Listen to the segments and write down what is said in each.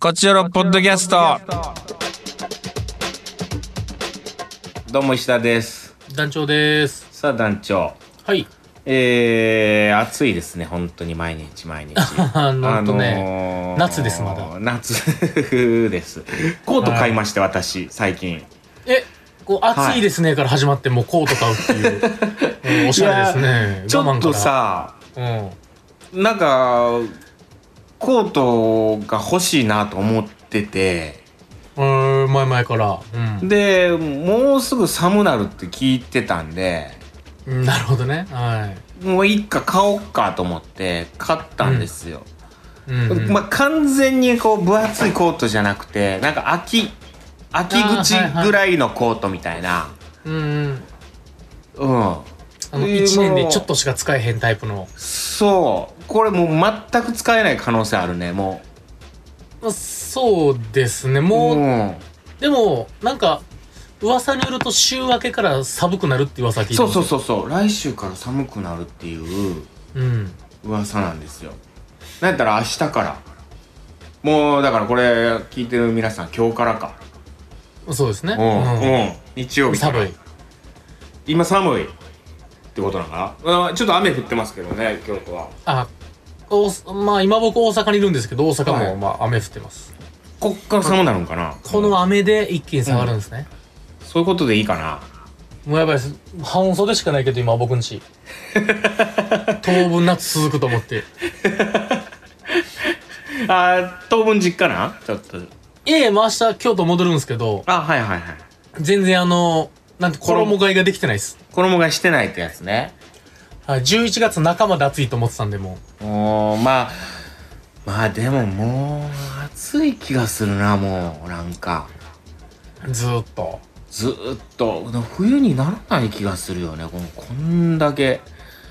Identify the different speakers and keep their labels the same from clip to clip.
Speaker 1: こちらのポッドキャスト。
Speaker 2: どうも石田です。
Speaker 3: 団長です。
Speaker 2: さあ団長、
Speaker 3: はい。
Speaker 2: えー、暑いですね本当に毎日毎 日。
Speaker 3: あの、ほんとね、
Speaker 2: ね
Speaker 3: 夏ですまだ。
Speaker 2: 夏です。 コート買いまして、私最近。
Speaker 3: え、こう暑いですねから始まって、もうコート買うっ ていう、うんおしゃれですね。
Speaker 2: ちょっと
Speaker 3: 我
Speaker 2: さ、
Speaker 3: 慢から、うん、
Speaker 2: なんかコートが欲しいなと思ってて、
Speaker 3: うーん、前々から、うん
Speaker 2: でもうすぐ寒なるって聞いてたんで。
Speaker 3: うん、なるほどね。は
Speaker 2: もう一家買おうかと思って買ったんですよ、
Speaker 3: い。うん、うん
Speaker 2: まあ、完全にこう分厚いコートじゃなくてなんか秋秋口ぐらいのコートみたいな、
Speaker 3: うんうん、あ
Speaker 2: う
Speaker 3: の
Speaker 2: ん
Speaker 3: 一年でちょっ
Speaker 2: も
Speaker 3: としか使えへんタイプの
Speaker 2: う。そうこれもう全く使えない可能性あるねも
Speaker 3: まあそうですね。
Speaker 2: う
Speaker 3: もう、
Speaker 2: うん
Speaker 3: でも、なんか、噂によると週明けから寒くなるって噂聞いて
Speaker 2: そうそう
Speaker 3: う。
Speaker 2: そうそう来週から寒くなるっていう
Speaker 3: うん。
Speaker 2: 噂なんですよなんやったら明日からもうだからこれ聞いてる皆さん今日からか
Speaker 3: そうですね。
Speaker 2: うん、うん、日曜
Speaker 3: うん
Speaker 2: 日から
Speaker 3: 寒い。
Speaker 2: 今寒いってことなのかな、うんちょっと雨降ってますけどね京都は
Speaker 3: あ、おまあ今僕大阪にいるんですけど、大阪
Speaker 2: はい
Speaker 3: もまあ雨降ってます。
Speaker 2: こっから寒なるんかな
Speaker 3: この雨で一気に下がるんですね。
Speaker 2: そういうことでいいかな
Speaker 3: もうやばいです。半袖しかないけど今僕んち。 当分夏続くと思って。
Speaker 2: あー当分実家なちょっと
Speaker 3: いえいえ、もう明日京都戻るんですけど、
Speaker 2: あはいはいはい
Speaker 3: 全然あの、なんて衣替えができてないです。
Speaker 2: 衣替えしてないってやつね
Speaker 3: はい、11月中まで暑いと思ってたんで、も
Speaker 2: おーまあまあでももう暑い気がするなもうなんか
Speaker 3: う、ずーっと。
Speaker 2: ずーっと冬にならない気がするよねこのこんだけ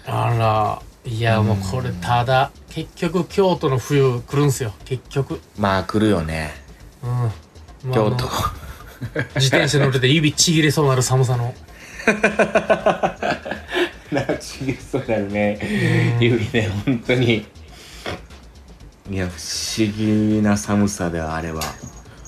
Speaker 3: あら、いやもうこれただ、結局京都の冬来るんすよ、結局。
Speaker 2: まあ来るよね
Speaker 3: うん。まああの
Speaker 2: 京都
Speaker 3: 自転車乗ってて指ちぎれそうなる寒さの。
Speaker 2: なんかちげそうだよねゆりね本当にいや不思議な寒さであれは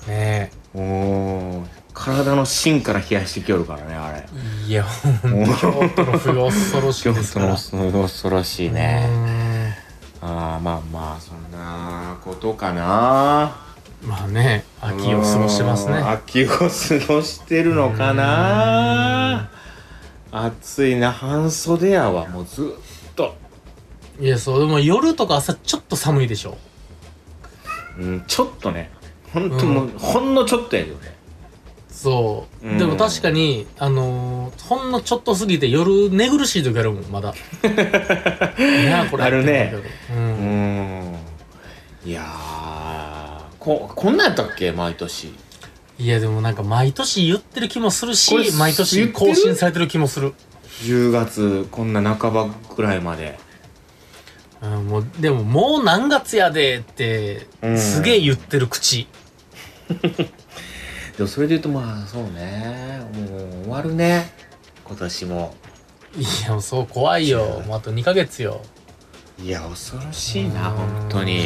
Speaker 3: ね
Speaker 2: おー体の芯から冷やしてきよるからねあれ
Speaker 3: え。いや、ほんと京都の冬は恐ろしい
Speaker 2: 今
Speaker 3: で
Speaker 2: 日
Speaker 3: すから。
Speaker 2: 恐ろしいねあーまあまあそんなことかな
Speaker 3: うんまあね、秋を過ごしてます
Speaker 2: う
Speaker 3: ね
Speaker 2: ん。秋を過ごしてるのかな暑いな半袖やわもうずっと、
Speaker 3: いや、そう、でも夜とか朝ちょっと寒いでしょ。
Speaker 2: うん、ちょっとねほんともう、ほんのちょっとやけどね
Speaker 3: そう。
Speaker 2: うん
Speaker 3: でも確かに、あのーほんのちょっと過ぎて夜寝苦しい 時あるもん、まだ。いや、これ。
Speaker 2: あるね
Speaker 3: う。
Speaker 2: うんんいやーここんなんやったっけ毎年
Speaker 3: いや、でもなんか毎年言ってる気もする
Speaker 2: これ
Speaker 3: し、
Speaker 2: 言
Speaker 3: 毎
Speaker 2: っ
Speaker 3: 年
Speaker 2: てる
Speaker 3: 更新されてる気もする。
Speaker 2: 10月こんな半ばくらいまで
Speaker 3: うん、もうでももう何月やでって、
Speaker 2: うん
Speaker 3: すげえ言ってる口
Speaker 2: でもそれで言うとまあそうねもう終わるね今年も
Speaker 3: いやもうそう怖いよもうあと2ヶ月よ
Speaker 2: いや恐ろしいな本当に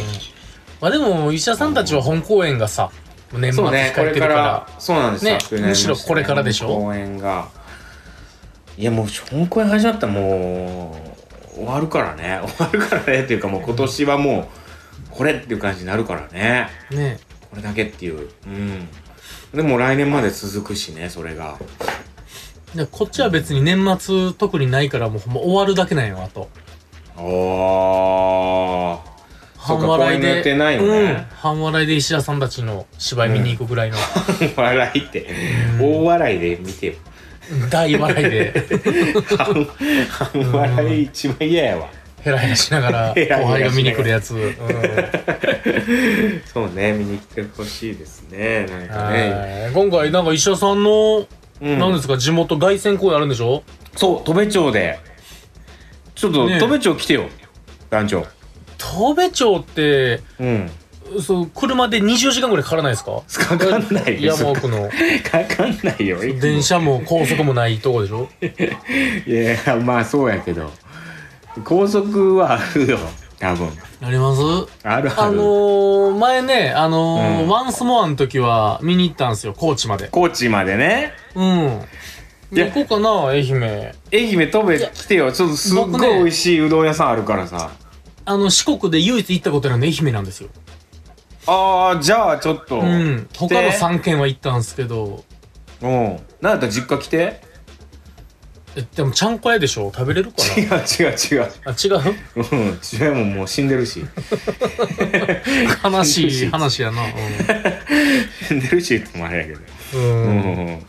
Speaker 3: まあでも医者さんたちは本公演がさ年
Speaker 2: そ
Speaker 3: 末
Speaker 2: う
Speaker 3: 控
Speaker 2: ね
Speaker 3: え
Speaker 2: これ
Speaker 3: てる
Speaker 2: か
Speaker 3: からら
Speaker 2: そうなんですよ、
Speaker 3: ね
Speaker 2: 昨年の
Speaker 3: むしろこれからでしょ
Speaker 2: 公演がいやもう本公演始まったらもう終わるからね 終わるからねっていうかもう今年はもうこれっていう感じになるからね
Speaker 3: ね
Speaker 2: これだけっていううんでも来年まで続くしねそれが
Speaker 3: でこっちは別に年末特にないからもうほんま終わるだけなんよあと
Speaker 2: おーそうか
Speaker 3: 半笑
Speaker 2: 公演
Speaker 3: い
Speaker 2: の予
Speaker 3: で
Speaker 2: 定ないよ
Speaker 3: う
Speaker 2: ね
Speaker 3: ん、半笑いで石田さんたちの芝居見に行くぐらいの、
Speaker 2: 笑いって大笑いで見てよ
Speaker 3: 大笑 いで
Speaker 2: 半半笑い一番嫌やわ
Speaker 3: ヘラヘラしながら
Speaker 2: ヘラヘラしながら
Speaker 3: 後輩が見に来るや つ、うん、
Speaker 2: そうね見に来てほしいですねなんかね
Speaker 3: はい今回なんか石田さんの、
Speaker 2: うん
Speaker 3: なんですか地元凱旋公演あるんでしょ
Speaker 2: そう戸部町でちょっと
Speaker 3: ねえ
Speaker 2: 戸部町来てよ団長
Speaker 3: 戸部町って
Speaker 2: うん
Speaker 3: そう車で24時間ぐらいかからないですか
Speaker 2: かかんないよ
Speaker 3: 山奥の
Speaker 2: かかんないよいつも
Speaker 3: 電車も高速もないとこでしょ
Speaker 2: いやまあそうやけど高速はあるよ多分
Speaker 3: あります
Speaker 2: あるある
Speaker 3: あのー、前ね、あのー
Speaker 2: うん
Speaker 3: ワンスモアの時は見に行ったんですよ、高知まで。
Speaker 2: 高知までね
Speaker 3: うん。
Speaker 2: いや
Speaker 3: 行こうかな、愛媛。
Speaker 2: 愛媛飛べ来てよちょっとすっご
Speaker 3: 僕
Speaker 2: い
Speaker 3: ね
Speaker 2: 美味しいうどん屋さんあるからさ
Speaker 3: あの、四国で唯一行ったことないの愛媛なんですよ。
Speaker 2: ああじゃあちょっと
Speaker 3: うん。
Speaker 2: 来て
Speaker 3: 他の3県は行ったんですけど、
Speaker 2: うんなんやったら実家来て
Speaker 3: え、でもちゃんこ屋でしょ食べれるか
Speaker 2: 違う違う違う
Speaker 3: なあ、違う
Speaker 2: うん父親ももう死んでるし
Speaker 3: 悲しい話やな。う
Speaker 2: 死んでるしってもあれやけど
Speaker 3: ん。
Speaker 2: う
Speaker 3: うん。
Speaker 2: ん
Speaker 3: いや、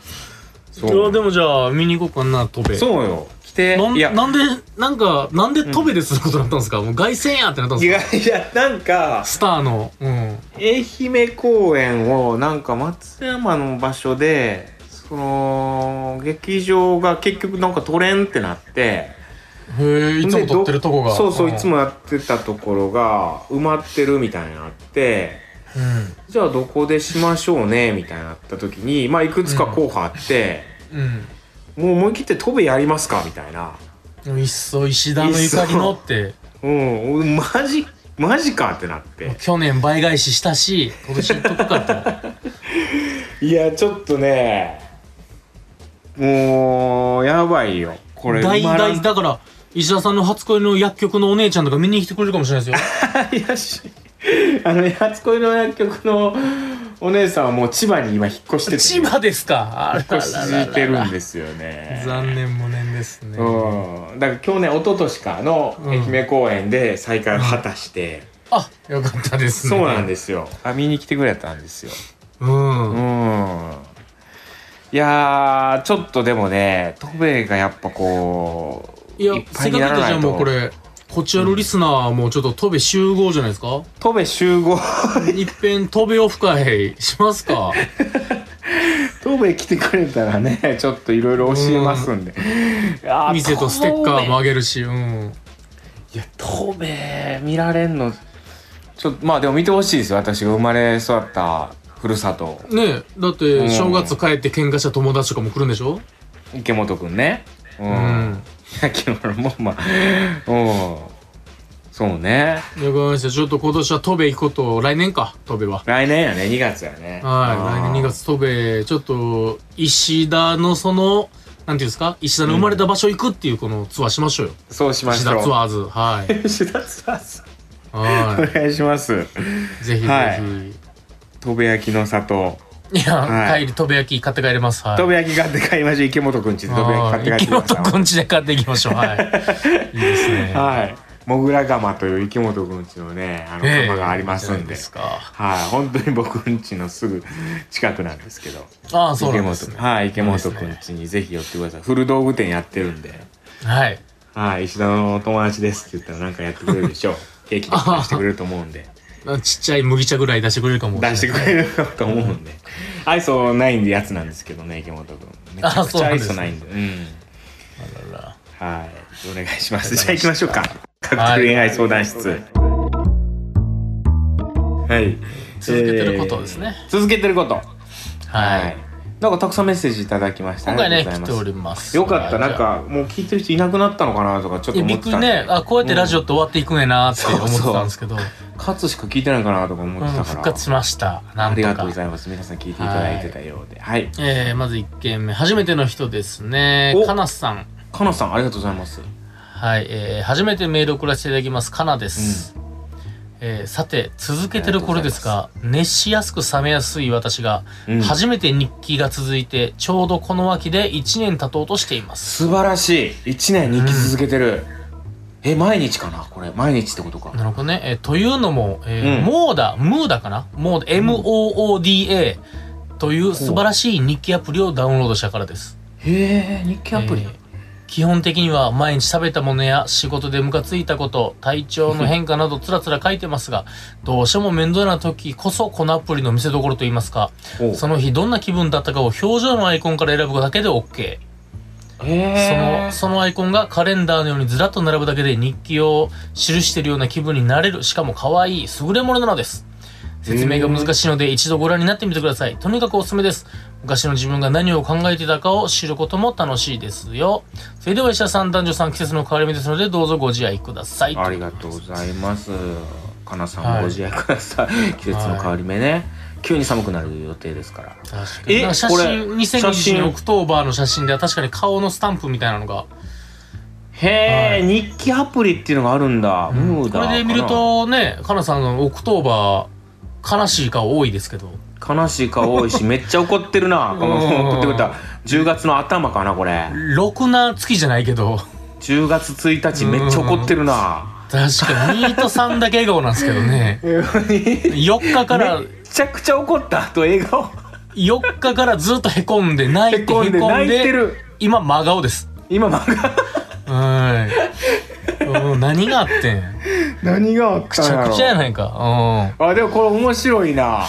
Speaker 2: そう
Speaker 3: でもじゃあ、見に行こうかな、飛べ。
Speaker 2: そうよ来て
Speaker 3: なん
Speaker 2: いや
Speaker 3: なんで、なんか、なんで飛べですることになったんですか、もう凱旋やってなったん
Speaker 2: い
Speaker 3: です
Speaker 2: や
Speaker 3: か
Speaker 2: いやなんか
Speaker 3: スターの。うん。
Speaker 2: 愛媛公園をなんか松山の場所でその劇場が結局なんか取れんってなって
Speaker 3: へえ、いつも撮ってるとこが。
Speaker 2: でどそうそういつ
Speaker 3: も。
Speaker 2: もやってたところが埋まってるみたいになって
Speaker 3: う
Speaker 2: じゃあどこでしましょうねみたいになった時にまあいくつか候補あって、
Speaker 3: ん。
Speaker 2: もう思い切って飛べやりますかみたいな
Speaker 3: うん。いっそ石田のゆかりのって、
Speaker 2: うん俺マジマジかってなって
Speaker 3: 去年倍返ししたし、今年行っとくかと。
Speaker 2: いやちょっとねもうやばいよ これ
Speaker 3: 大
Speaker 2: 埋まらん
Speaker 3: 大、だから、石田さんの初恋の薬局のお姉ちゃんとか見に来てくれるかもしれ ないですよ。
Speaker 2: いやしあの初恋の薬局のお姉さんはもう千葉に今引っ越してて
Speaker 3: 千葉ですかあら
Speaker 2: 引
Speaker 3: ら
Speaker 2: っ越
Speaker 3: らら
Speaker 2: してるんですよね
Speaker 3: 残念無念ですね。
Speaker 2: うんだから去年一昨年かの
Speaker 3: うん
Speaker 2: 愛媛公演で再会を果たして、
Speaker 3: あ、よかったですね。。
Speaker 2: そうなんですすよあ見に来てくれたんですよ
Speaker 3: うん。
Speaker 2: う
Speaker 3: うん。
Speaker 2: んいやーちょっとでもね戸辺がやっぱこう
Speaker 3: いや
Speaker 2: っ、ぱ
Speaker 3: せ
Speaker 2: い
Speaker 3: っ
Speaker 2: に
Speaker 3: か
Speaker 2: な
Speaker 3: くで
Speaker 2: ら
Speaker 3: じ
Speaker 2: な
Speaker 3: ゃあ
Speaker 2: い
Speaker 3: も
Speaker 2: と
Speaker 3: うこれ、こっちやるリスナーはもうちょっと飛べ集合じゃないですか
Speaker 2: 戸辺集合
Speaker 3: いっぺん飛べオフ会しますか
Speaker 2: 戸辺来てくれたらねちょっといろいろ教えますんで、あー
Speaker 3: 店とステッカーもあげるし、うん。
Speaker 2: いや、トベ見られんの、ちょっと、まあでも見てほしいですよ。私が生まれ育ったふるさと、
Speaker 3: ねえ、だっ
Speaker 2: う
Speaker 3: て
Speaker 2: ん
Speaker 3: 正月帰って喧嘩した友達とかも来るんでしょ
Speaker 2: 池本くんね。う。
Speaker 3: うんん。
Speaker 2: 池本も、まあ、うん。そうね。
Speaker 3: いや、ごめんなさい。ちょっと今年は飛べ行くことを、来年か、飛べは。
Speaker 2: 来年やね、2月やね。
Speaker 3: はい、来年2月飛べ、ちょっと、石田のその、なんていうんですか石田の生まれた場所行くっていうこのツアーしましょうよ。
Speaker 2: 月。そうしま
Speaker 3: 石
Speaker 2: しょう。
Speaker 3: 田ツアーズ。はい。
Speaker 2: 石田ツアー。
Speaker 3: は
Speaker 2: お願いします。
Speaker 3: い。ぜひぜひ。
Speaker 2: はい
Speaker 3: い
Speaker 2: 戸部焼きの里。
Speaker 3: や、
Speaker 2: はい
Speaker 3: 帰り、飛べ焼き買って帰れます。はい。
Speaker 2: 戸部焼き買って買いましょう。池本くんちで戸部焼き買って帰って
Speaker 3: はい
Speaker 2: く
Speaker 3: 池
Speaker 2: だ
Speaker 3: 本
Speaker 2: さ
Speaker 3: くんちで買っていきましょう。はい。いいですね。
Speaker 2: い。はい。もぐら釜という池本くんちのね、あの、
Speaker 3: ねえ
Speaker 2: 釜がありますんで。
Speaker 3: じゃないですか
Speaker 2: はい、本当に僕んちのすぐ近くなんですけど。
Speaker 3: ああ、そうなんです
Speaker 2: 池
Speaker 3: ね。
Speaker 2: 本はい、池本
Speaker 3: そう
Speaker 2: くん
Speaker 3: で
Speaker 2: ちにぜひ寄ってください。古道具店やってるんで。
Speaker 3: はい。
Speaker 2: はい、石田のお友達ですって言ったらなんかやってくれるでし ょう。ケーキとか出してくれると思うんで。
Speaker 3: ちっちゃい麦茶ぐらい出してくれるかもしれな
Speaker 2: 出
Speaker 3: い。
Speaker 2: してくれると思うんで。愛想ないんでやつなんですけどね、池本くん。めちゃ
Speaker 3: あ
Speaker 2: く
Speaker 3: そう
Speaker 2: ちゃ
Speaker 3: なん
Speaker 2: 愛
Speaker 3: です
Speaker 2: 想
Speaker 3: ね
Speaker 2: ないんで。うん。
Speaker 3: あらら
Speaker 2: はい、お願いします。じゃあ行きましょうか。カクテル恋愛相談室。はい。
Speaker 3: 続けてることですね
Speaker 2: えー。続けてること。
Speaker 3: は
Speaker 2: はい
Speaker 3: い。。
Speaker 2: なんかたくさんメッセージいただきました。
Speaker 3: 今回
Speaker 2: あり
Speaker 3: ね、
Speaker 2: がと
Speaker 3: 来
Speaker 2: うご
Speaker 3: て
Speaker 2: ざいます
Speaker 3: おります。
Speaker 2: よかった、なん
Speaker 3: はい。
Speaker 2: か、もう聞いてる人いなくなったのかなとか、ちょっ
Speaker 3: い
Speaker 2: と
Speaker 3: や、
Speaker 2: 思って
Speaker 3: 僕
Speaker 2: たんで。
Speaker 3: ね、あ、こうやってラジオって終わっていくんやなって思ってたんですけど、
Speaker 2: 勝つしか聞いてないかなとか思
Speaker 3: う
Speaker 2: っ
Speaker 3: ん
Speaker 2: てた
Speaker 3: 復
Speaker 2: から。
Speaker 3: 活しました。な
Speaker 2: あ
Speaker 3: ん
Speaker 2: り
Speaker 3: と
Speaker 2: がとうご
Speaker 3: か。
Speaker 2: ざいます。皆さん聞いていただいてたようで。はい。
Speaker 3: えー、まず1件目、初めての人ですね
Speaker 2: お。
Speaker 3: かなさん。
Speaker 2: かのさん、ありがとうございます。
Speaker 3: はい、えー、初めてメール送らせていただきます。かなです。えーさて、続けてる頃ですが、熱しやすく冷めやすい私が、
Speaker 2: うん
Speaker 3: 初めて日記が続いて、ちょうどこの秋で1年経とうとしています。
Speaker 2: 素晴らしい。一年日記続けてる。え、毎日かなこれ。毎日ってことか。
Speaker 3: なるほどね。えーというのも、えー
Speaker 2: うん
Speaker 3: モーダ、ムーダかなモーダ、M-O-O-D-A という素晴らしい日記アプリをダウンロードしたからです。
Speaker 2: へえ、日記アプリ。
Speaker 3: えー基本的には毎日食べたものや仕事でムカついたこと、体調の変化などつらつら書いてますが、どうしても面倒な時こそこのアプリの見せ所といいますか、
Speaker 2: おう
Speaker 3: その日どんな気分だったかを表情のアイコンから選ぶだけで OK。そ
Speaker 2: へ
Speaker 3: の、
Speaker 2: え。
Speaker 3: そのアイコンがカレンダーのようにずらっと並ぶだけで日記を記しているような気分になれる、しかも可愛い、優れものなのです。説明が難しいので一度ご覧になってみてください。とにかくおすすめです。昔の自分が何を考えていたかを知ることも楽しいですよ。それでは石田さん、男女さん、季節の変わり目ですので、どうぞご自愛ください。
Speaker 2: ありがとうございます。かなさん
Speaker 3: は
Speaker 2: も
Speaker 3: い
Speaker 2: ご自愛ください。季節の変わり目ね。急に寒くなる予定ですから。
Speaker 3: 確かに
Speaker 2: え
Speaker 3: なんか写
Speaker 2: これ
Speaker 3: 真
Speaker 2: 写
Speaker 3: 2020
Speaker 2: 真
Speaker 3: 年オクトーバーの写真では確かに顔のスタンプみたいなのが、
Speaker 2: へえ、
Speaker 3: は
Speaker 2: 日記アプリっていうのがあるんだ。ムー
Speaker 3: こ
Speaker 2: ダーかな
Speaker 3: れで見るとねかなさんのオクトーバー悲しい顔多いですけど
Speaker 2: 悲しい顔多いし、めっちゃ怒ってるな。こ
Speaker 3: うん
Speaker 2: の怒ってくれた。10月の頭かな、これ。
Speaker 3: ろくな月じゃないけど
Speaker 2: 10月1日、めっちゃ怒ってるな。
Speaker 3: 確かにニートさんだけ笑顔なんですけどね
Speaker 2: め
Speaker 3: 4日から
Speaker 2: ちゃくちゃ怒った後、笑顔。
Speaker 3: 4日からずっとへこんで泣
Speaker 2: へ
Speaker 3: いて
Speaker 2: こ
Speaker 3: へこ
Speaker 2: ん
Speaker 3: ん
Speaker 2: で
Speaker 3: で
Speaker 2: 泣いてる。
Speaker 3: 今真顔です
Speaker 2: 今、まが、
Speaker 3: はいうん何があってん
Speaker 2: 何があっ
Speaker 3: くちゃくちゃやないかうん
Speaker 2: あ、でもこれ面白いな。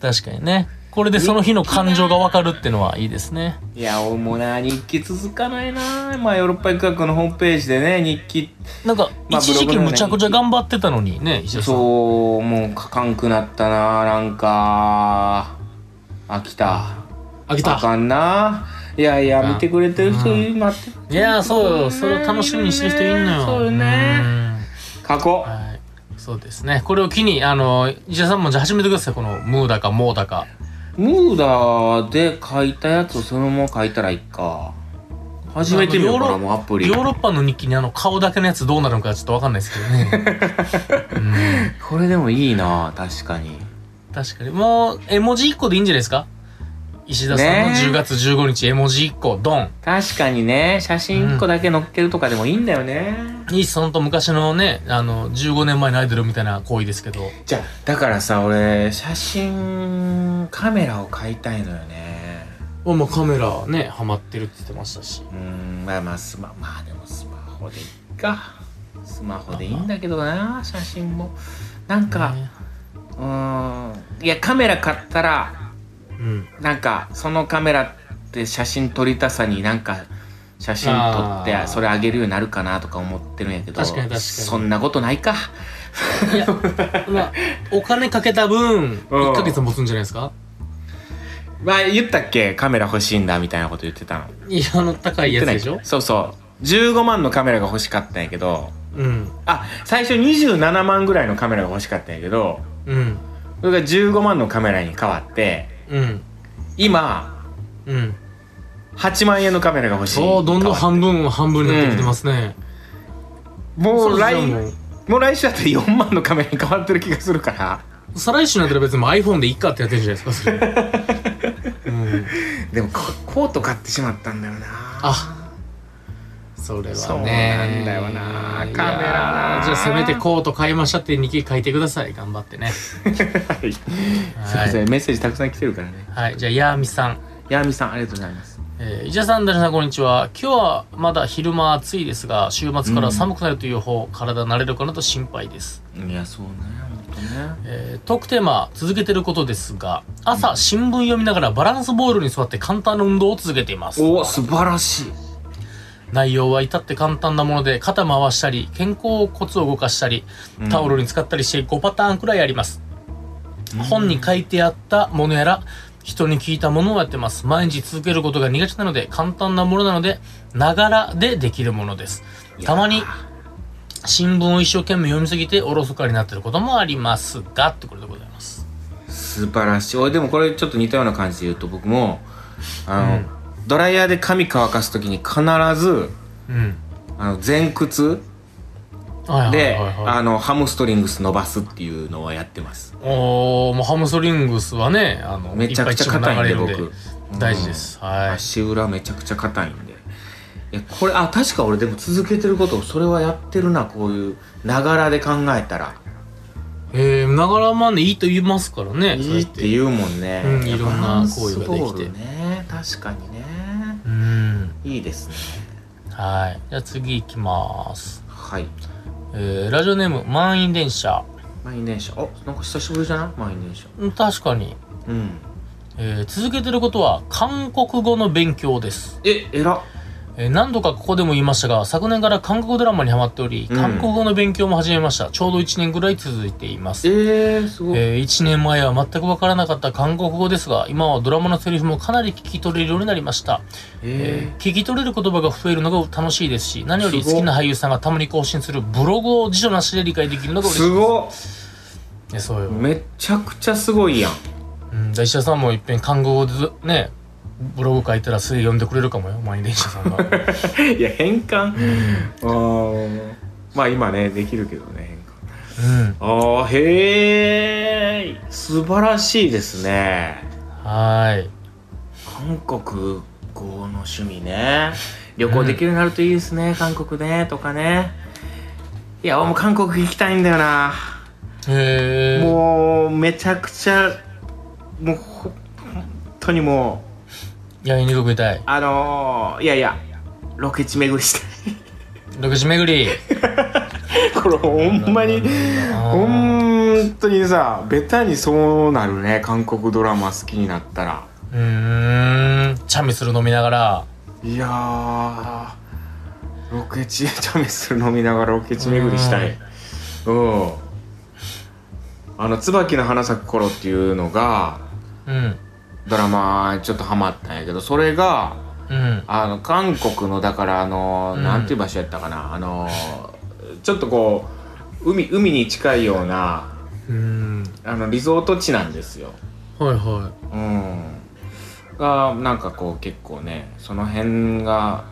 Speaker 3: 確かにねこれでその日の感情が分かるってのはいいですね
Speaker 2: いや、俺もな、日記続かないな。まあ、ヨーロッパ企画のホームページでね、日記、
Speaker 3: なんか
Speaker 2: まあ
Speaker 3: 一時
Speaker 2: ブ
Speaker 3: 期
Speaker 2: ログのね
Speaker 3: むちゃくちゃ頑張ってたのにね石田さん
Speaker 2: そう、もう書かんくなったな、なんか、飽きた。
Speaker 3: あげ
Speaker 2: あかんな。いやいや、
Speaker 3: あ
Speaker 2: 見てくれてる人いる待って。
Speaker 3: いやーそうよそれを楽しみにしてる人いんのよ
Speaker 2: そうよね書こ
Speaker 3: うん
Speaker 2: う。
Speaker 3: はいそうですねこれを機にあの石田さんもじゃあ始めてくださいこの「ムーだか「モーだか
Speaker 2: ムーダーで書いたやつをそのまま書いたらいいか。初めてみようか
Speaker 3: あ
Speaker 2: な、
Speaker 3: の
Speaker 2: もうアプ
Speaker 3: ヨ
Speaker 2: リ。
Speaker 3: ーロッパの日記にあの顔だけのやつどうなるのかちょっと分かんないですけど ね、うん
Speaker 2: これでもいいな、確かに。
Speaker 3: 確かにもう絵文字1個でいいんじゃないですか石田さんの
Speaker 2: ねえ
Speaker 3: 10月15日絵文字1個ドン
Speaker 2: 確かにね、写真1個だけ載っけるとかでもいいんだよね。
Speaker 3: いいっすほんと昔のねあの15年前のアイドルみたいな行為ですけど
Speaker 2: じゃあだからさ俺写真カメラを買いたいのよね
Speaker 3: まあまあカメラねハマってるって言ってましたし
Speaker 2: うーんまあまあスマまあでもスマホでいっかスマホでいいんだけどな写真もなんか、
Speaker 3: ね
Speaker 2: うーんいやカメラ買ったら
Speaker 3: うん
Speaker 2: なんかそのカメラって写真撮りたさになんか写真撮っ
Speaker 3: あ
Speaker 2: て
Speaker 3: ー
Speaker 2: それあげるようになるかなとか思ってるんやけど
Speaker 3: 確かに確かに
Speaker 2: そんなことないか
Speaker 3: いや、まあ、お金かけた分、
Speaker 2: うん
Speaker 3: 1ヶ月持つんじゃないですか
Speaker 2: まあ言ったっけカメラ欲しいんだみたいなこと言ってたの
Speaker 3: いや、あの、高いやつでしょ
Speaker 2: そうそう15万のカメラが欲しかったんやけど
Speaker 3: うん。
Speaker 2: あ最初27万ぐらいのカメラが欲しかったんやけど
Speaker 3: うん。
Speaker 2: それが15万のカメラに変わって
Speaker 3: うん。
Speaker 2: 今
Speaker 3: うん。
Speaker 2: 8万円のカメラが欲しい
Speaker 3: そう、どんどん半分、半分になってきてますね。
Speaker 2: もう来
Speaker 3: そう
Speaker 2: も
Speaker 3: ですよ
Speaker 2: う来週だったら4万のカメラに変わってる気がするから
Speaker 3: もう再来週になったら別にもう iPhone でいっかってやってるじゃないですか、そ れ。うん。
Speaker 2: でもこコート買ってしまったんだよな
Speaker 3: あ、それはね。
Speaker 2: そうなんだよない
Speaker 3: やー
Speaker 2: カメラな
Speaker 3: じゃあせめてコート買いましたって日記書いてください。頑張って ね。
Speaker 2: はいすいま
Speaker 3: は
Speaker 2: せ
Speaker 3: い。
Speaker 2: んメッセージたくさん来てるからね
Speaker 3: はい、じゃあ、ヤーミさん。
Speaker 2: ヤーミさんありがとうございます
Speaker 3: えー、石田さん、ダルさん、こんにちは。今日はまだ昼間暑いですが、週末から寒くなるという方、体慣れるかなと心配です。
Speaker 2: いやそうね本当ね
Speaker 3: えー、トークテーマ、続けてることですが、朝、新聞読みながらバランスボールに座って簡単な運動を続けています。
Speaker 2: お素晴らしい
Speaker 3: 内容は至って簡単なもので、肩回したり、肩甲骨を動かしたり、タオルに使ったりして5パターンくらいあります。本に書いてあったものやら、人に聞いたものをやってます。毎日続けることが苦手なので、簡単なものなので、ながらでできるものです。たまに、新聞を一生懸命読みすぎて、おろそかになってることもありますが、ってことでございます。
Speaker 2: 素晴らしい俺でもこれちょっと似たような感じで言うと僕もあの、ドライヤーで髪乾かす時に必ず
Speaker 3: うん。
Speaker 2: あの前屈
Speaker 3: はいはい
Speaker 2: で、
Speaker 3: はいはい。
Speaker 2: あのハムストリングス伸ばすっていうのはやってます
Speaker 3: おー、もうハムストリングスはね、あの、
Speaker 2: めちゃくちゃ硬いんで
Speaker 3: っぱ血が流れる
Speaker 2: 僕
Speaker 3: んで大事です。はい。
Speaker 2: 足裏めちゃくちゃ硬いんでいやこれあ確か俺でも続けてることそれはやってるなこういうながらで考えたら
Speaker 3: えー、ながらまでいいと言いますからね。
Speaker 2: いいって言うもんね、
Speaker 3: うんいろんな行為ができて
Speaker 2: バランスボールね確かにね
Speaker 3: うん。
Speaker 2: いいですね
Speaker 3: はい。じゃあ次行きます。
Speaker 2: はい
Speaker 3: えー、ラジオネーム、満員電車。
Speaker 2: 満員電車おなんか久しぶりじゃない満員電車
Speaker 3: うん確かに、
Speaker 2: うん
Speaker 3: えー続けてることは韓国語の勉強です。
Speaker 2: ええら
Speaker 3: えー何度かここでも言いましたが昨年から韓国ドラマにハマっており
Speaker 2: うん
Speaker 3: 韓国語の勉強も始めました、ちょうど1年ぐらい続いています
Speaker 2: えー、すごい、
Speaker 3: えー、1年前は全く分からなかった韓国語ですが今はドラマのセリフもかなり聞き取れるようになりました、え
Speaker 2: え
Speaker 3: ー聞き取れる言葉が増えるのが楽しいですし何より
Speaker 2: す
Speaker 3: 好
Speaker 2: ごっ
Speaker 3: きな俳優さんがたまに更新するブログを辞書なしで理解できるの
Speaker 2: ー、
Speaker 3: が嬉しい
Speaker 2: すごっ
Speaker 3: いやそうよ、
Speaker 2: めっちゃくちゃすご いやん
Speaker 3: うん、だ石田さんもいっぺん韓国語でねブログ書いたらすぐ読んでくれるかもよ毎日さ んが
Speaker 2: いや変換
Speaker 3: うん、
Speaker 2: あーまあ今ねできるけどね変換
Speaker 3: うん、
Speaker 2: あーへえ素晴らしいですね
Speaker 3: はーい
Speaker 2: 韓国語の趣味ね旅行できるようになるといいですね、韓国ねとかねいやもう韓国行きたいんだよな、
Speaker 3: へえ
Speaker 2: もうめちゃくちゃもうほ本当にもう
Speaker 3: やりにくくたい
Speaker 2: あのー、いやいやロケ地巡りした
Speaker 3: 6時 巡り
Speaker 2: い これほんまにほんとにさベタにそうなるね韓国ドラマ好きになったら
Speaker 3: うーんチャミする飲みながら
Speaker 2: いやーロケ地チャミスル飲みながらロケ地巡りしたいうんあの「椿の花咲く頃」っていうのが
Speaker 3: うん
Speaker 2: ドラマちょっとハマったんやけどそれが
Speaker 3: うん
Speaker 2: あの韓国のだからあの、
Speaker 3: うん
Speaker 2: なんていう場所やったかなあのちょっとこう海海に近いような
Speaker 3: うん
Speaker 2: あのリゾート地なんですよ
Speaker 3: はいは
Speaker 2: うんがなんかこう結構ねその辺が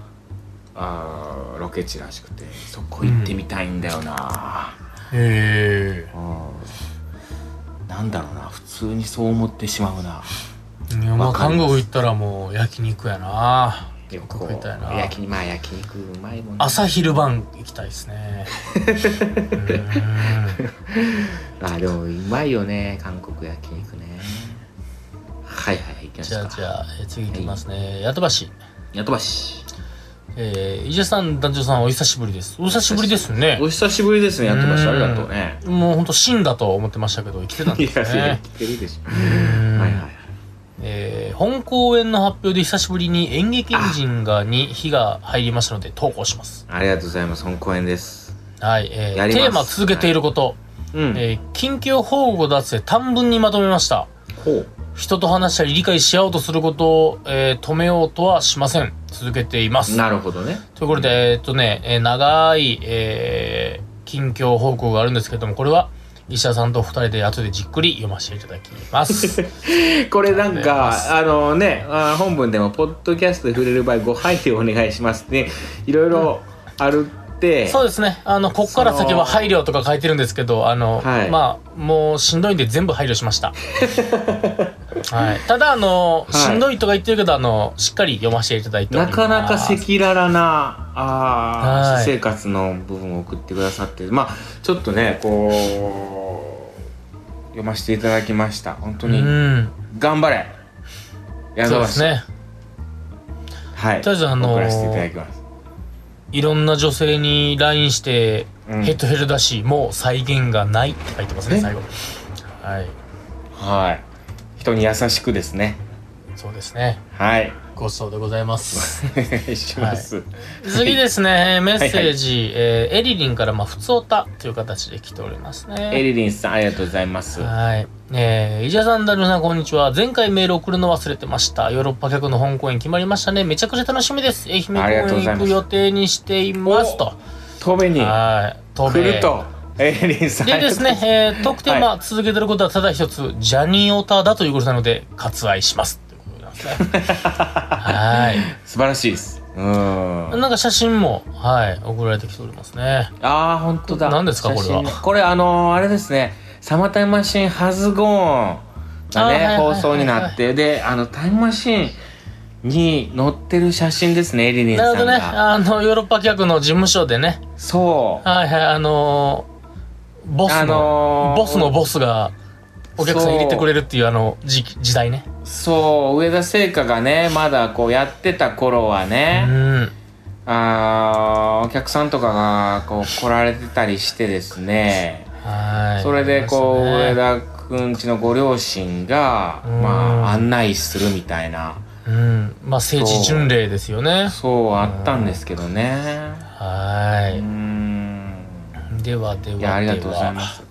Speaker 2: あーロケ地らしくてそこ行ってみたいんだよな、
Speaker 3: いへえ
Speaker 2: うんなんだろうな普通にそう思ってしまうない
Speaker 3: やまあ
Speaker 2: わかり
Speaker 3: 韓
Speaker 2: ます
Speaker 3: 国行ったらもう焼肉やな
Speaker 2: よく
Speaker 3: 食いたいな
Speaker 2: 焼きまあ焼肉うまいもんね
Speaker 3: 朝昼晩行きたいですねうーん
Speaker 2: あでもうまいよね韓国焼肉ねはいはい行きまし
Speaker 3: じ
Speaker 2: た
Speaker 3: ゃあじゃあえー次行きますね八幡橋
Speaker 2: やとばし
Speaker 3: えー、伊勢さん団長さんお久しぶりですお久しぶりですね
Speaker 2: お久しぶりですねやとばし
Speaker 3: うん
Speaker 2: ありがとうね
Speaker 3: もうほんと死んだと思ってましたけど生きてたん
Speaker 2: い
Speaker 3: で
Speaker 2: やい
Speaker 3: す
Speaker 2: や
Speaker 3: ね
Speaker 2: 来てるでしょ、
Speaker 3: うん
Speaker 2: はいはい
Speaker 3: えー本公演の発表で久しぶりに演劇エンジンがに火が入りましたので投稿します
Speaker 2: ありがとうございます本公演です
Speaker 3: はい、え
Speaker 2: や
Speaker 3: ー、
Speaker 2: ります
Speaker 3: テーマ続けていること、
Speaker 2: うん
Speaker 3: えー緊急報告だって短文にまとめました
Speaker 2: ほう
Speaker 3: 人と話したり理解し合おうとすることを、えー止めようとはしません続けています
Speaker 2: なるほどね
Speaker 3: ということで、えーっとね、えー長い、えー近況報告があるんですけどもこれは医者さんと二人で後でじっくり読ませていただきます
Speaker 2: これなん
Speaker 3: ありがとうございま
Speaker 2: かあのねあ本文でも「ポッドキャストで触れる場合ご配慮お願いします」ねいろいろあるって、
Speaker 3: そうですねあのここから先は配慮とか書いてるんですけどあの、
Speaker 2: はい
Speaker 3: まあもうしんどいんで全部配慮し ました、はい、ただあの、
Speaker 2: はい
Speaker 3: しんどいとか言ってるけどあのしっかり読ませていただいており
Speaker 2: な
Speaker 3: ます
Speaker 2: かなか赤裸々なあー
Speaker 3: はい
Speaker 2: 私生活の部分を送ってくださってまあちょっとねこう読ませていただきました本当
Speaker 3: う
Speaker 2: に
Speaker 3: ん
Speaker 2: 頑張れや
Speaker 3: そうですね
Speaker 2: はい
Speaker 3: とりあえずあの
Speaker 2: 送
Speaker 3: ー
Speaker 2: らせていただきます、
Speaker 3: いろんな女性に LINE して、
Speaker 2: うん
Speaker 3: ヘッドヘルだしもう再現がないって書いてますね
Speaker 2: え
Speaker 3: 最後はい
Speaker 2: はい人に優しくですね
Speaker 3: そうですね
Speaker 2: はい
Speaker 3: ごちそうでございます
Speaker 2: お願いします、
Speaker 3: 次ですね、メッセ
Speaker 2: はいは
Speaker 3: ージ、えーエリリンからまあ普通おたという形で来ておりますね
Speaker 2: エリリンさんありがとうございます
Speaker 3: はい。えー、伊者さん、ダルさん、こんにちは。前回メール送るの忘れてました。ヨーロッパ客の本公演決まりましたね。めちゃくちゃ楽しみです。愛媛公
Speaker 2: ありがとうご
Speaker 3: 演
Speaker 2: ざい
Speaker 3: 行
Speaker 2: ます
Speaker 3: く予定にしています。と。
Speaker 2: 飛べに
Speaker 3: はい。飛べ
Speaker 2: 来るとエリリンさん
Speaker 3: でで すね、えー、特典は続けてることはただ一つ、ジャニオタだということなので、割愛します。ということなんですね。 はい。
Speaker 2: 素晴らしいですうん
Speaker 3: なんか写真も、はい、送られてきておりますね。
Speaker 2: ああ本当だ
Speaker 3: 何ですか
Speaker 2: 写真
Speaker 3: これは
Speaker 2: これあのーあれですね「サマータイムマシンハズゴーン」が
Speaker 3: あーはいはい
Speaker 2: ね
Speaker 3: はいは
Speaker 2: 放
Speaker 3: い
Speaker 2: 送になってであのタイムマシンに載ってる写真ですねエリリン
Speaker 3: なる
Speaker 2: さ
Speaker 3: ほ
Speaker 2: ん
Speaker 3: どね、
Speaker 2: が、
Speaker 3: あの、ヨーロッパ客の事務所でね、
Speaker 2: そう
Speaker 3: はいはい、あのーボスの、
Speaker 2: あのー
Speaker 3: ボスのボスが、お客さん入れてくれるっていうあの時時代ね。
Speaker 2: そう上田製菓がねまだこうやってた頃は
Speaker 3: う
Speaker 2: ね、
Speaker 3: ん。
Speaker 2: あーお客さんとかがこう来られてたりしてですね
Speaker 3: はい。
Speaker 2: それでこう、
Speaker 3: あり
Speaker 2: 上
Speaker 3: ま
Speaker 2: 田くんちのご両親が、
Speaker 3: うん
Speaker 2: まあ、案内するみたいな
Speaker 3: したうん、まあ聖地巡礼ですよね
Speaker 2: そうあったんですけどね
Speaker 3: は
Speaker 2: うーん
Speaker 3: いではではいで
Speaker 2: や
Speaker 3: は
Speaker 2: ありがとうございます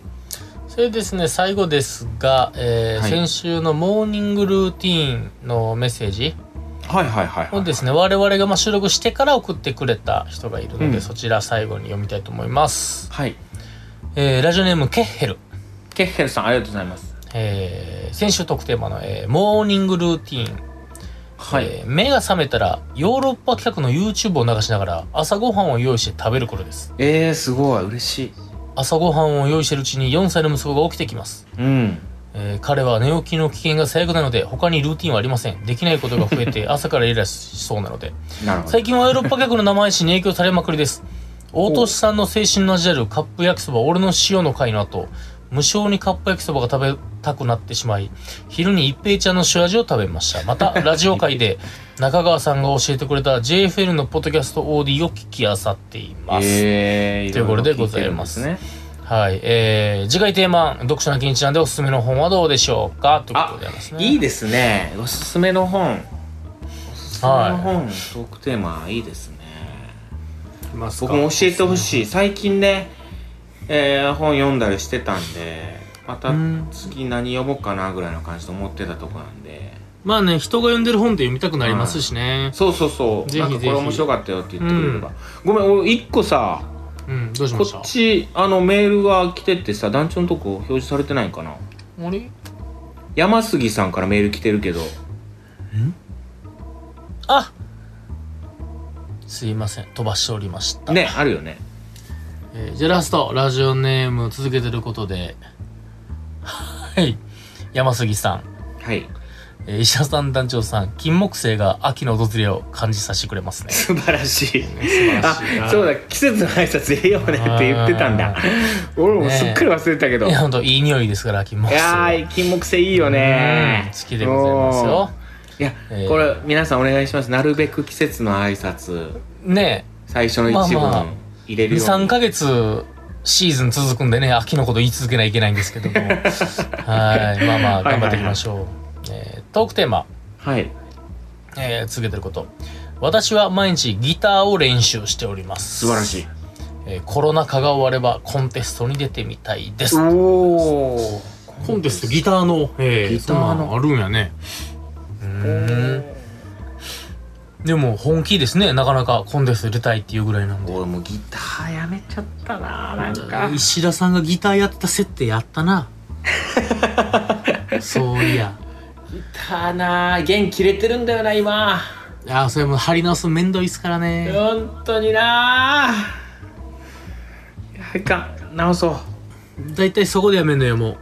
Speaker 3: それでですね最後ですが、えー
Speaker 2: はい
Speaker 3: 先週のモーニングルーティーンのメッセージ
Speaker 2: はいはいはいは
Speaker 3: を
Speaker 2: い
Speaker 3: ですね我々がまあ収録してから送ってくれた人がいるので、
Speaker 2: うん
Speaker 3: そちら最後に読みたいと思います、
Speaker 2: はい
Speaker 3: えーラジオネームケッヘル、
Speaker 2: ケッヘルさんありがとうございます
Speaker 3: えー先週特テーマの、えーモーニングルーティーン
Speaker 2: はい、
Speaker 3: えー目が覚めたらヨーロッパ企画の YouTube を流しながら朝ごはんを用意して食べる頃です
Speaker 2: えー、すごい嬉しい
Speaker 3: 朝ごはんを用意してるうちに4歳の息子が起きてきます、
Speaker 2: うん
Speaker 3: えー彼は寝起きの危険が最悪なので他にルーティンはありませんできないことが増え て朝からイライラしそうなので
Speaker 2: なるほど
Speaker 3: 最近はヨーロッパ客の生配信に影響されまくりです大年さんの青春の味あるカップ焼きそば俺の塩の会の後無性にカップ焼きそばが食べたくなってしまい昼に一平ちゃんの塩味を食べましたまたラジオ会 で中川さんが教えてくれた JFL のポッドキャスト OD を聞きあさっています、
Speaker 2: えー、
Speaker 3: ということで
Speaker 2: ろろ聞てるん
Speaker 3: ござい
Speaker 2: ね
Speaker 3: はいえー、次回テーマ読書の日にちなんでおすすめの本はどうでしょうかということでございますね
Speaker 2: いいですねおすすめの本おすすめの本、トークテーマいいですね
Speaker 3: ます
Speaker 2: 僕も教えてほしい最近ね、えー本読んだりしてたんでまた
Speaker 3: うん
Speaker 2: 次何読もうかなぐらいの感じで思ってたとこなんで
Speaker 3: まあね人が読んでる本って読みたくなりますしね、
Speaker 2: そうそうそう
Speaker 3: ぜひぜひ
Speaker 2: なんかこれ面白かったよって言ってくれれば、ごめん俺一個さ
Speaker 3: うんどうしま
Speaker 2: こ
Speaker 3: した
Speaker 2: っちあのメールが来てってさ団長のとこ表示されてないんかな
Speaker 3: あれ
Speaker 2: 山杉さんからメール来てるけど
Speaker 3: あすいません飛ばしておりました、
Speaker 2: ねあるよね
Speaker 3: えーじゃあラストラジオネーム続けてることではい山杉さん、
Speaker 2: はい
Speaker 3: えー、石田さん団長さん金木犀が秋の訪れを感じさせてくれ ますね
Speaker 2: 素晴らしい
Speaker 3: 素晴らしい
Speaker 2: あそうだ季節の挨拶ええよねって言ってたんだ
Speaker 3: あ
Speaker 2: 俺もすっかり忘れてたけど、
Speaker 3: いやほんといい匂いですから金木
Speaker 2: い
Speaker 3: 犀
Speaker 2: や
Speaker 3: は
Speaker 2: ー金木犀いいよね
Speaker 3: うん好きでございますよ
Speaker 2: いや、
Speaker 3: えー
Speaker 2: これ皆さんお願いしますなるべく季節の挨拶
Speaker 3: ね
Speaker 2: 最初の一
Speaker 3: まあまあ
Speaker 2: 文入れ
Speaker 3: え
Speaker 2: るように、
Speaker 3: 23ヶ月シーズン続くんでね秋のこと言い続けないといけないんで すけどもはいまあまあ頑張っていきましょう、えートークテーマ
Speaker 2: はい
Speaker 3: えー続けてること私は毎日ギターを練習しております
Speaker 2: 素晴らしい
Speaker 3: えーコロナ禍が終わればコンテストに出てみたいです
Speaker 2: おお
Speaker 3: コンテストギターの、え
Speaker 2: ギターの
Speaker 3: そんなんあるんやねうーんでも本気ですねなかなかコンテスト出たいっていうぐらいなんで
Speaker 2: 俺もうギターやめちゃったななんか
Speaker 3: 石田さんがギターやってた設定やっ たなそういや
Speaker 2: ギターな弦切れてるんだよな今
Speaker 3: あーそれも張り直す面倒いっすからね
Speaker 2: 本当になあいやいかん直そう
Speaker 3: だいたいそこでやめんのよもう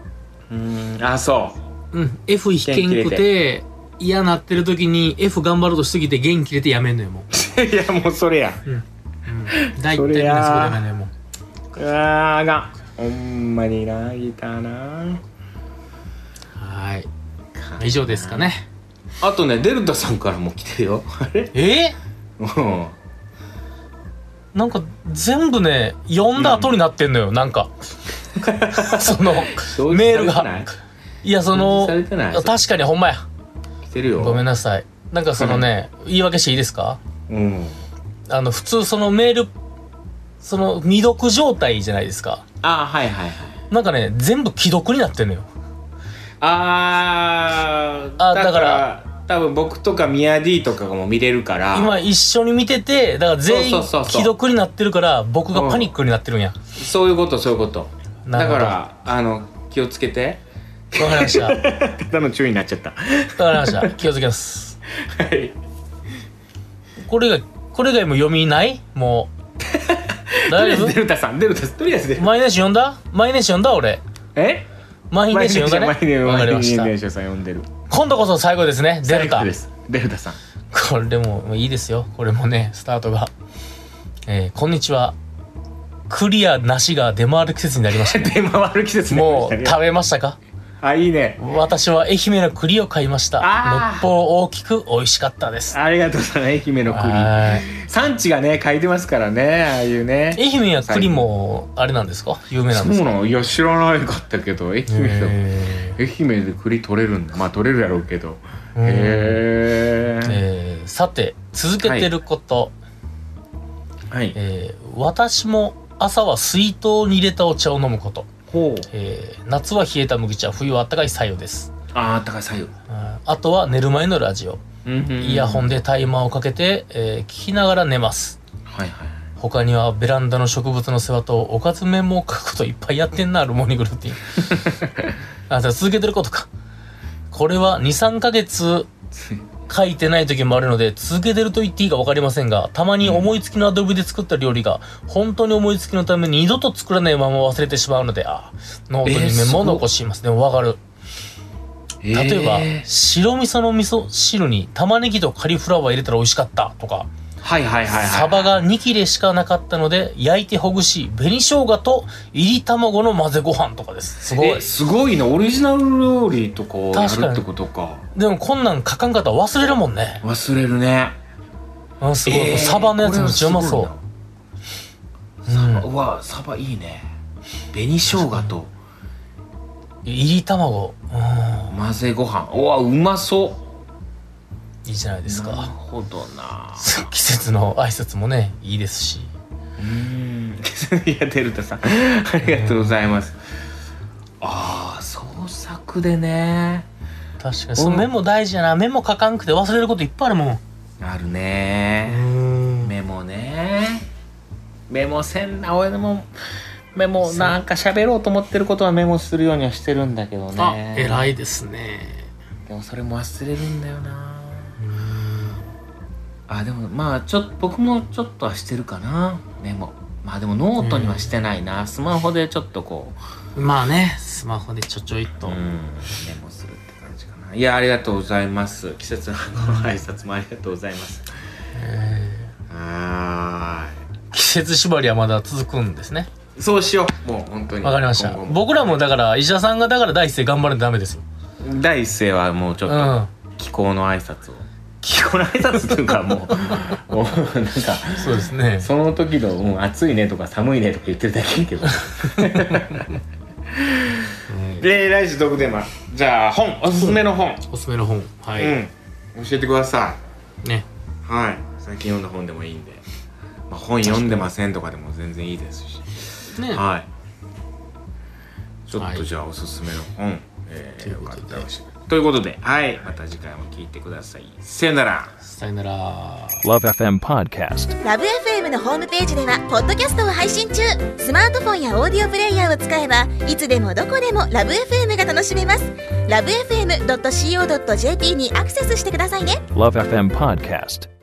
Speaker 2: うーんあそう
Speaker 3: うん、F 弾けんく
Speaker 2: 弦切れ
Speaker 3: て嫌なってる時に F 頑張ろうとしすぎて弦切れてやめんのよも
Speaker 2: いやもうそれや
Speaker 3: う、うん、大体
Speaker 2: そ
Speaker 3: みんなそこで
Speaker 2: りゃー
Speaker 3: やめんのよもう
Speaker 2: うわーあがんほんまになギターな
Speaker 3: はーい以上ですかね
Speaker 2: あとねデルタさんからも来てるよあれ
Speaker 3: え
Speaker 2: うん
Speaker 3: ー、なんか全部ね読んだ後になってんのよ、なんか そのメールがいやその
Speaker 2: 表示されてない
Speaker 3: 確かにほんまや
Speaker 2: 来てるよ
Speaker 3: ごめんなさいなんかそのね言い訳していいですか
Speaker 2: うん
Speaker 3: あの普通そのメールその未読状態じゃないですか
Speaker 2: あーはいはいはい
Speaker 3: なんかね全部既読になってんのよ
Speaker 2: あー
Speaker 3: あ
Speaker 2: だ
Speaker 3: だ
Speaker 2: か
Speaker 3: から
Speaker 2: 多分僕とかミヤディとかも見れるから
Speaker 3: 今一緒に見ててだから全
Speaker 2: そ
Speaker 3: 員
Speaker 2: うそうそうそう
Speaker 3: 既読になってるから僕がパニックになってるんや
Speaker 2: そういうことそういうこと
Speaker 3: な
Speaker 2: だ
Speaker 3: るほ
Speaker 2: か
Speaker 3: ど
Speaker 2: らあの気をつけて
Speaker 3: わかりましたわか
Speaker 2: ただの注意になっちゃった
Speaker 3: り ました気をつけます
Speaker 2: はい
Speaker 3: これがこれ以外も読みないも う
Speaker 2: とりあ
Speaker 3: 大
Speaker 2: え
Speaker 3: 丈
Speaker 2: ずデ
Speaker 3: 夫
Speaker 2: ルタさんデルタさんとりあえずデルタ
Speaker 3: 毎年読んだ毎年読んだ俺
Speaker 2: え
Speaker 3: 毎
Speaker 2: 毎
Speaker 3: 年
Speaker 2: 日
Speaker 3: 読んだ
Speaker 2: 毎日
Speaker 3: ねわかりました
Speaker 2: 電車さん呼んでる
Speaker 3: 今度こそ最後ですねデルタ
Speaker 2: ですデルタさん
Speaker 3: これももういいですよこれもねスタートが、えーこんにちはクリアなしが出回る季節になりましたね
Speaker 2: 出回る季節になりまし
Speaker 3: も
Speaker 2: た
Speaker 3: う
Speaker 2: ね
Speaker 3: 食べましたか
Speaker 2: あいいね
Speaker 3: 私は愛媛の栗を買いました
Speaker 2: あー
Speaker 3: のっぽう大きく美味しかったです
Speaker 2: ありがとうございます愛媛の栗
Speaker 3: はい
Speaker 2: 産地がね書いてますからねああいうね
Speaker 3: 愛媛は栗もあれなんですか有名なん
Speaker 2: そ
Speaker 3: です
Speaker 2: う
Speaker 3: か
Speaker 2: なのいや知らないかったけど愛媛の
Speaker 3: へ
Speaker 2: 愛媛で栗取れるんだまあ取れるやろうけど
Speaker 3: うん
Speaker 2: へえ
Speaker 3: えーさて続けてること、
Speaker 2: はい
Speaker 3: えー私も朝は水筒に入れたお茶を飲むこと、
Speaker 2: ほう
Speaker 3: えー夏は冷えた麦茶冬はあったかい白湯です
Speaker 2: ああ高さよ
Speaker 3: あーあとは寝る前のラジオイヤホン
Speaker 2: で
Speaker 3: でタイマーをかけて、えー聞きながら寝ます
Speaker 2: はいはい
Speaker 3: 他にはベランダの植物の世話とおかずメモを書くこといっぱいやってんなルモーニングルーティンあだから続けてることかこれは23ヶ月書いてない時もあるので続けてると言っていいか分かりませんがたまに思いつきのアドビで作った料理が本当に思いつきのために二度と作らないまま忘れてしまうのであノートにメモを残しますね、でも分かる例えば、白味噌の味噌汁に玉ねぎとカリフラワー入れたら美味しかったとか
Speaker 2: はいはいはいはい
Speaker 3: サバが2切れしかなかったので焼いてほぐし紅生姜といり卵の混ぜご飯とかですすごい
Speaker 2: えすごいなオリジナル料理とかをや
Speaker 3: 確かに
Speaker 2: るってことか
Speaker 3: でもこんなん書かんかったら忘れるもんね
Speaker 2: 忘れるね
Speaker 3: うんすごい、
Speaker 2: えー
Speaker 3: サバのやつめっちゃうまそう
Speaker 2: これはすごいなサバうわサバいいね紅生姜と
Speaker 3: いり卵う
Speaker 2: 混ぜご飯うわうまそ
Speaker 3: んいいじゃないで
Speaker 2: う
Speaker 3: す
Speaker 2: なる
Speaker 3: か
Speaker 2: ほどな
Speaker 3: 季節の挨拶もねいいですし
Speaker 2: うーん いやデルタさんありがとうございますああ創作でね
Speaker 3: 確かにそのメモ大事やなメモ書かんくて忘れることいっぱいあるもん
Speaker 2: あるねメモねメモせんな俺もメモなんか喋ろうと思ってることはメモするようにはしてるんだけどね
Speaker 3: あ偉いですね
Speaker 2: でもそれも忘れるんだよなあでもまあちょっと僕もちょっとはしてるかなメモまあでもノートにはしてないな、スマホでちょっとこ
Speaker 3: まあねスマホでちょちょいっ
Speaker 2: う、
Speaker 3: と、
Speaker 2: うんメモするって感じかないやありがとうございます季節のこの挨拶もありがとうございます
Speaker 3: え
Speaker 2: は
Speaker 3: ー季節縛りはまだ続くんですね
Speaker 2: ーいそうしようもう本当に
Speaker 3: わかりました
Speaker 2: 今後も
Speaker 3: 僕らもだから医者さんがだから第一声頑張るとダメですよ
Speaker 2: 第一声はもうちょ
Speaker 3: う
Speaker 2: っ
Speaker 3: ん
Speaker 2: と気候の挨拶を気候の挨拶というか もうもうなんか
Speaker 3: そうですね
Speaker 2: その時の「うん、暑いね」とか「寒いね」とか言ってるだけやけどで来週どこでまじゃあ本おすすめの本、
Speaker 3: おすすめの本はい、
Speaker 2: うん教えてくださ
Speaker 3: ね
Speaker 2: いはい最近読んだ本でもいいんで、まあ、本読んでませんとかでも全然いいですし
Speaker 3: ね
Speaker 2: はいちょっ
Speaker 3: は
Speaker 2: と
Speaker 3: い
Speaker 2: じゃあおすすめの本、え
Speaker 3: と
Speaker 2: ー、
Speaker 3: いう
Speaker 2: よ
Speaker 3: こ
Speaker 2: か
Speaker 3: と
Speaker 2: っ
Speaker 3: で
Speaker 2: たらしということではいまた次回も聞いてくださいさよなら
Speaker 3: さよなら
Speaker 1: Love FM Podcast.
Speaker 4: ラブ f m のホームページではポッドキャストを配信中スマートフォンやオーディオプレイヤーを使えばいつでもどこでもラブ f m が楽しめますラブ FM.co.jp にアクセスしてくださいね
Speaker 1: Love FM Podcast.